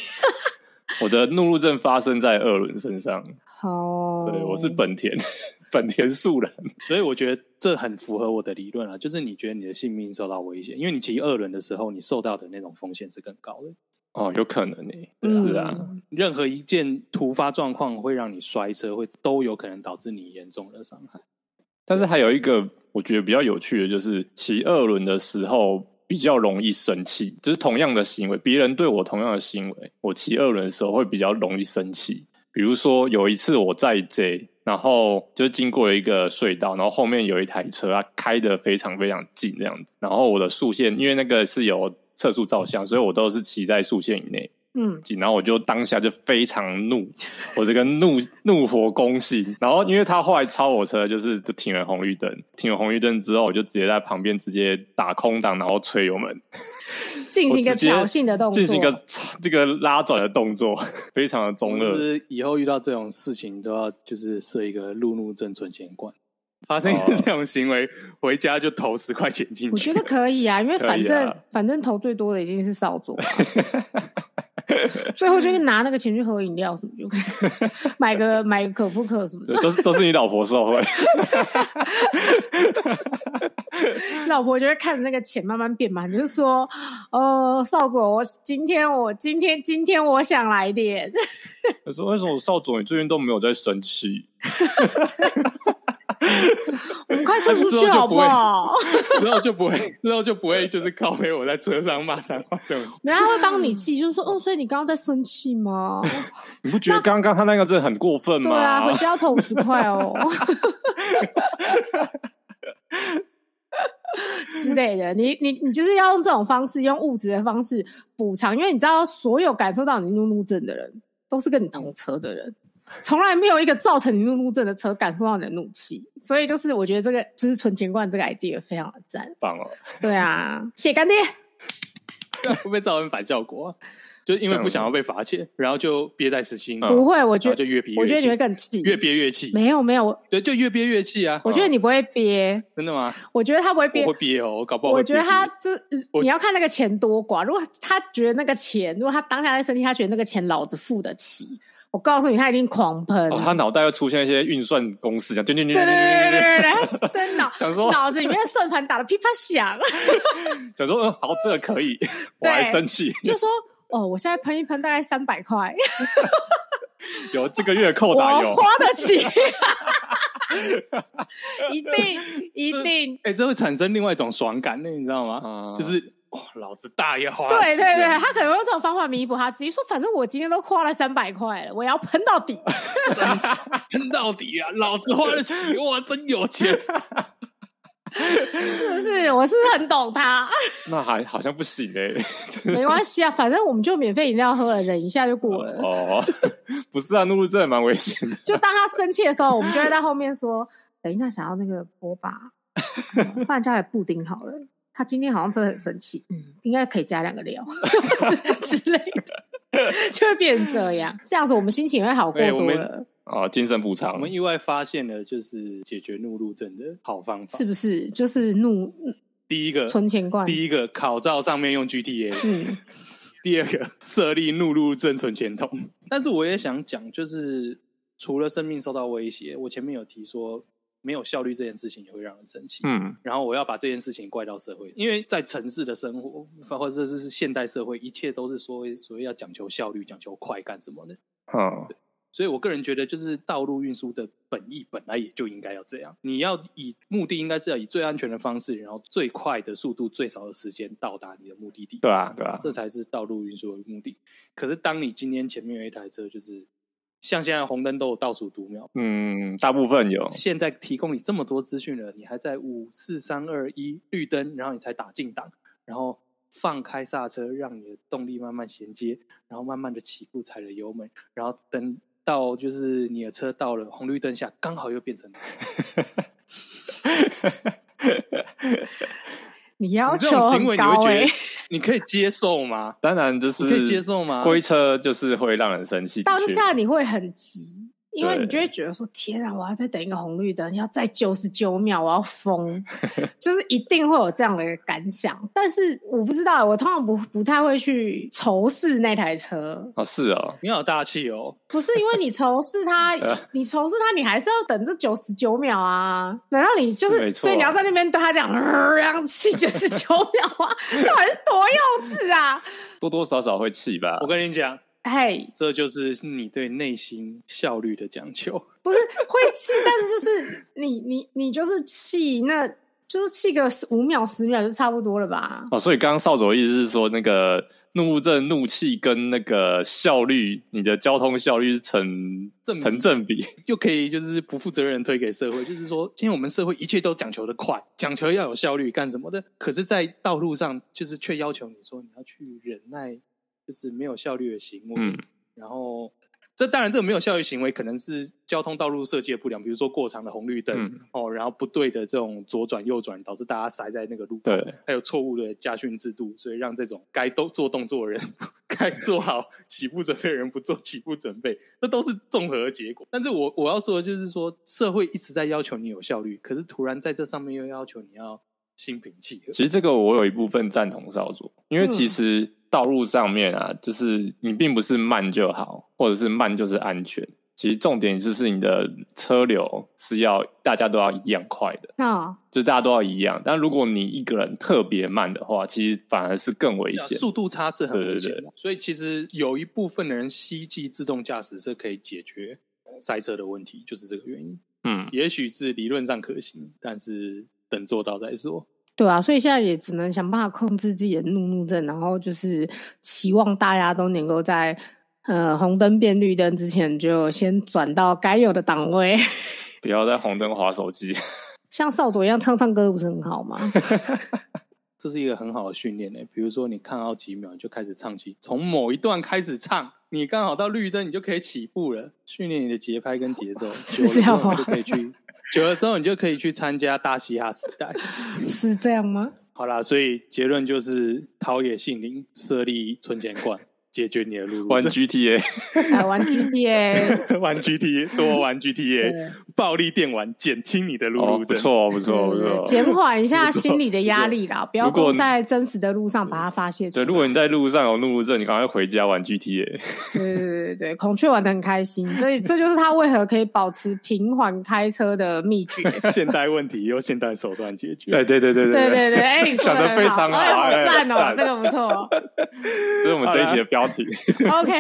S3: 我的怒路症发生在二轮身上。
S2: 哦，
S3: 对，我是本田， [LAUGHS] 本田素人。
S1: 所以我觉得这很符合我的理论啊，就是你觉得你的性命受到威胁，因为你骑二轮的时候，你受到的那种风险是更高的。
S3: 哦，有可能诶、
S2: 嗯
S3: 是啊，
S1: 任何一件突发状况会让你摔车，会都有可能导致你严重的伤害。
S3: 但是还有一个我觉得比较有趣的，就是骑二轮的时候比较容易生气，就是同样的行为，别人对我同样的行为，我骑二轮的时候会比较容易生气。比如说有一次我在 J，然后就是经过了一个隧道，然后后面有一台车，它开的非常非常近这样子，然后我的速线因为那个是有测速照相，所以我都是骑在速线以内。
S2: 嗯，
S3: 然后我就当下就非常怒，我这个怒怒火攻心。然后因为他后来超我车，就是就停了红绿灯，停了红绿灯之后，我就直接在旁边直接打空档，然后吹油门，
S2: 进
S3: 我
S2: 行一个
S3: 直接
S2: 挑衅的动作，
S3: 进行一个这个拉转的动作，非常的中
S1: 是不
S3: 二。
S1: 是以后遇到这种事情都要就是设一个路怒症存钱罐？发生
S3: 哦
S1: 这种行为，回家就投十块钱进去。
S2: 我觉得可以啊，因为
S3: 可以
S2: 反正、
S3: 啊
S2: 反正投最多的已经是少
S3: [LAUGHS]
S2: 佐、啊，最后就是拿那个钱去喝饮料什么就可以，买个买个可不可什么
S3: 对
S2: 的。
S3: 都是都是你老婆受
S1: [LAUGHS]
S3: 贿，
S2: 老婆就会看着那个钱慢慢变嘛，你就是说，哦，少佐，我今天我今天今天我想来
S3: [LAUGHS]
S2: 点，
S3: 我说为什么少佐你最近都没有在生气？
S2: 我们快冲
S1: 之
S2: 出
S1: 后
S2: 去
S1: 就
S2: 好
S1: 不
S2: 不
S1: 会
S2: 好？
S1: 之后就不会，之后就不会就是靠背我在车上骂脏话这种事。
S2: 然后他会帮
S1: 嗯
S2: 你气，就是说，哦，所以你刚刚在生气
S1: [LAUGHS]
S2: 吗？
S3: 你不觉得刚刚他那个真的很过分
S2: 对
S3: 吗？
S2: 啊，回家要投十块哦。之类的，你你你就是要用这种方式，用物质的方式补偿，因为你知道，所有感受到你怒怒症的人，都是跟你同车的人，从来没有一个造成你怒怒症的车感受到你的怒气，所以就是我觉得这个就是存钱罐这个 idea 非常的赞，
S3: 棒哦！
S2: 对啊，谢谢干爹，
S1: 这样 [LAUGHS] 会不会造成反效果啊？就是因为不想要被罚钱，然后就憋在死心，
S3: 嗯
S2: 不会，我觉
S1: 然后就
S2: 得
S1: 越憋越气，
S2: 我觉得你会更气，
S1: 越憋越气。
S2: 没有没有，我
S1: 对，就越憋越气啊！
S2: 我觉得你不会憋，
S1: 真的吗？
S2: 我觉得他不会憋
S1: 我会，憋哦，我搞不好会
S2: 我觉得
S1: 憋
S2: 他就是
S1: 我
S2: 你要看那个钱多寡。如果他觉得那个钱，如果他当下在生气，他觉得那个钱老子付得起，我告诉你，他一定狂喷。
S3: 哦，他脑袋又出现一些运算公式，讲对对对
S2: 对
S3: 对
S2: 对对
S3: 对对
S2: 对
S3: 对，
S2: 对对，真脑
S3: 想说
S2: 脑子里面的算盘打的噼啪响，
S3: 想说嗯好，这个可以，我还生气，
S2: 就说哦，我现在喷一喷大概三百块，
S3: 有这个月扣
S2: 我
S3: 打有，
S2: 花得
S1: [LAUGHS]
S2: 起，一定一定。
S1: 哎、这会产生另外一种爽感呢，你知道吗？
S3: 啊
S1: 就是哇，老子大爷花了
S2: 嗯
S1: 钱
S2: 对对
S1: 这
S2: 对，
S1: 样
S2: 他可能会用这种方法弥补他自己，说反正我今天都花了三百块了，我要喷
S1: [LAUGHS]
S2: 到底。
S1: 喷到底啊！老子花得起，哇，真有钱！
S2: 是不是？我是不是很懂
S1: [LAUGHS]
S2: 他？
S3: 那还好像不行哎、
S2: 没关系啊，反正我们就免费饮料喝了，忍一下就过了。
S3: 哦， [LAUGHS] 不是啊，怒路症蛮危险的，
S2: 就当他生气的时候，我们就会在后面说：“等一下，想要那个波
S1: [LAUGHS]
S2: 霸，嗯不然加点布丁好了。”他今天好像真的很生气，嗯，应该可以加两
S1: [LAUGHS]
S2: 个料之之类的，就会变成这样。这样子我们心情也会好过
S3: 哎我
S2: 多
S3: 们
S2: 了，
S3: 哦，精神
S1: [LAUGHS]
S3: 补
S1: 我
S3: 偿
S1: 们意外发现了，就是解决怒路症的好方法。
S2: 是不是？就是怒
S1: 第一个，
S2: 存钱罐，
S1: 呃第一个考照上面用 GTA，
S2: 嗯，
S1: [LAUGHS] 第二个设立怒路症存钱筒。但是我也想讲，就是除了生命受到威胁，我前面有提说没有效率这件事情也会让人生气。
S3: 嗯，
S1: 然后我要把这件事情怪到社会，因为在城市的生活，或者是现代社会，一切都是所谓所谓要讲求效率、讲求快干什么的。
S3: 嗯，
S1: 所以我个人觉得，就是道路运输的本意本来也就应该要这样，你要以目的应该是要以最安全的方式，然后最快的速度、最少的时间到达你的目的地。
S3: 对啊，对啊，
S1: 这才是道路运输的目的。可是当你今天前面有一台车，就是像现在红灯都有倒数读秒，
S3: 嗯，大部分有，
S1: 现在提供你这么多资讯了，你还在五四三二一绿灯，然后你才打进档，然后放开刹车，让你的动力慢慢衔接，然后慢慢的起步踩了油门，然后等到就是你的车到了红绿灯下，刚好又变成
S2: 你要
S1: 你这
S2: 求
S1: 种行
S2: 很
S1: 为，你会
S2: 高
S1: 觉
S2: 哎、
S1: 得 [LAUGHS] 你可以接受吗？
S3: 当然就是
S1: 你可以接受啊吗
S3: 龟车就是会让人生气，的
S2: 当
S3: 确
S2: 下你会很急，因为
S3: 对
S2: 你就会觉得说：“天啊，我要再等一个红绿灯，要再九十九秒，我要
S3: [LAUGHS]
S2: 疯！”就是一定会有这样的感想。但是我不知道，我通常不不太会去仇视那台车，
S3: 哦是哦，
S1: 你好大气哦，
S2: 不是因为你仇视
S3: [LAUGHS]
S2: 它
S3: 呃，
S2: 你仇视它，你还是要等这九十九秒啊？难道你就是是
S3: 没错啊
S2: 所以你要在那边对它讲， [LAUGHS] 呃这样气九十九秒啊？ [LAUGHS] 到底是多幼稚啊？ [LAUGHS]
S3: 多多少少会气吧
S1: 我。跟你讲，
S2: 嘿，
S1: 这就是你对内心效率的讲求。
S2: 不是会气，但是就是你 [LAUGHS] 你你就是气，那就是气个五秒十秒就差不多了吧？
S3: 哦，所以刚刚少佐意思是说，那个怒症、怒气跟那个效率，你的交通效率是成
S1: 正比
S3: 成正比。
S1: 又可以就是不负责任地推给社会，就是说，今天我们社会一切都讲求的快，讲求要有效率，干什么的？可是，在道路上，就是却要求你说你要去忍耐，就是没有效率的行为。
S3: 嗯，
S1: 然后，这当然这个没有效率行为，可能是交通道路设计的不良，比如说过长的红绿灯、
S3: 嗯
S1: 哦，然后不对的这种左转右转，导致大家塞在那个路口，
S3: 对，
S1: 还有错误的家训制度，所以让这种该都做动作的人该做好起步准备的人不做起步准备，这都是综合的结果。但是我我要说的就是说，社会一直在要求你有效率，可是突然在这上面又要求你要心平气和。
S3: 其实这个我有一部分赞同少佐，因为
S1: 嗯
S3: 其实道路上面啊，就是你并不是慢就好，或者是慢就是安全。其实重点就是你的车流是要大家都要一样快的，
S2: 啊、
S3: 就大家都要一样。但如果你一个人特别慢的话，其实反而是更危
S1: 对啊
S3: 险。
S1: 速度差是很
S3: 对对
S1: 危险的，
S3: 对
S1: 所以其实有一部分的人希冀自动驾驶是可以解决呃塞车的问题，就是这个原因。
S3: 嗯，
S1: 也许是理论上可行，但是等做到再说。
S2: 对啊，所以现在也只能想办法控制自己的怒怒症，然后就是期望大家都能够在呃红灯变绿灯之前就先转到该有的档位， [LAUGHS]
S3: 不要在红灯划手机。 [LAUGHS]
S2: 像少佐一样唱唱歌不是很好吗？
S1: 这是一个很好的训练呢、欸比如说，你看到几秒你就开始唱起，从某一段开始唱，你刚好到绿灯，你就可以起步了。训练你的节拍跟节奏，久
S2: 是
S1: 了之后
S2: 这样吗
S1: 你就可以
S3: [LAUGHS]
S1: 去，久了之后你就可以去参加大嘻哈时代。
S2: 是这样吗？
S1: 好啦，所以结论就是陶冶性灵，设立存钱罐，解决你的路 [LAUGHS]
S3: 玩
S1: 路症。
S3: GTA，
S2: 来玩
S3: [LAUGHS]
S2: GTA，
S1: [LAUGHS] 玩 GTA，多玩 GTA，
S2: 对
S1: 暴力电玩，减轻你的路
S3: 哦，
S1: 路
S3: 不
S1: 症。
S3: 错哦，不错哦，不错
S2: 对
S3: 哦。
S2: 减缓一下
S1: 不错
S2: 心理的压力啦，不要
S3: 如果
S2: 光在真实的路上把它发泄出
S3: 对，
S2: 来。
S3: 如果你在路上有怒症，你赶快回家
S1: [LAUGHS]
S3: 玩 GTA。
S2: 对对对对对，孔雀玩的很开心，所以这就是他为何可以保持平缓开车的秘
S3: [LAUGHS]
S2: 诀。 [LAUGHS]
S1: 现代问题用现代手段解决。
S3: 哎，对对对对
S2: 对对对，哎、你说
S3: [LAUGHS] 讲
S2: 得
S3: 的
S2: 很
S3: 非常好，
S2: 哎好
S3: 哎
S2: 赞哦，
S3: 赞
S2: 这个不错。
S3: 这是我们这一集的标题。
S2: OK，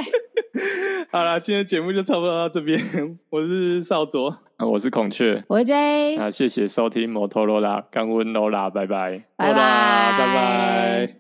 S1: 好啦，今天节目就差不多到这边。我是少佐，
S3: 呃我是孔 [LAUGHS] 雀，
S2: 我是 J，
S3: 啊那谢谢收听摩托罗拉，干温罗拉，拜拜。
S2: 拜
S1: 好啦拜拜。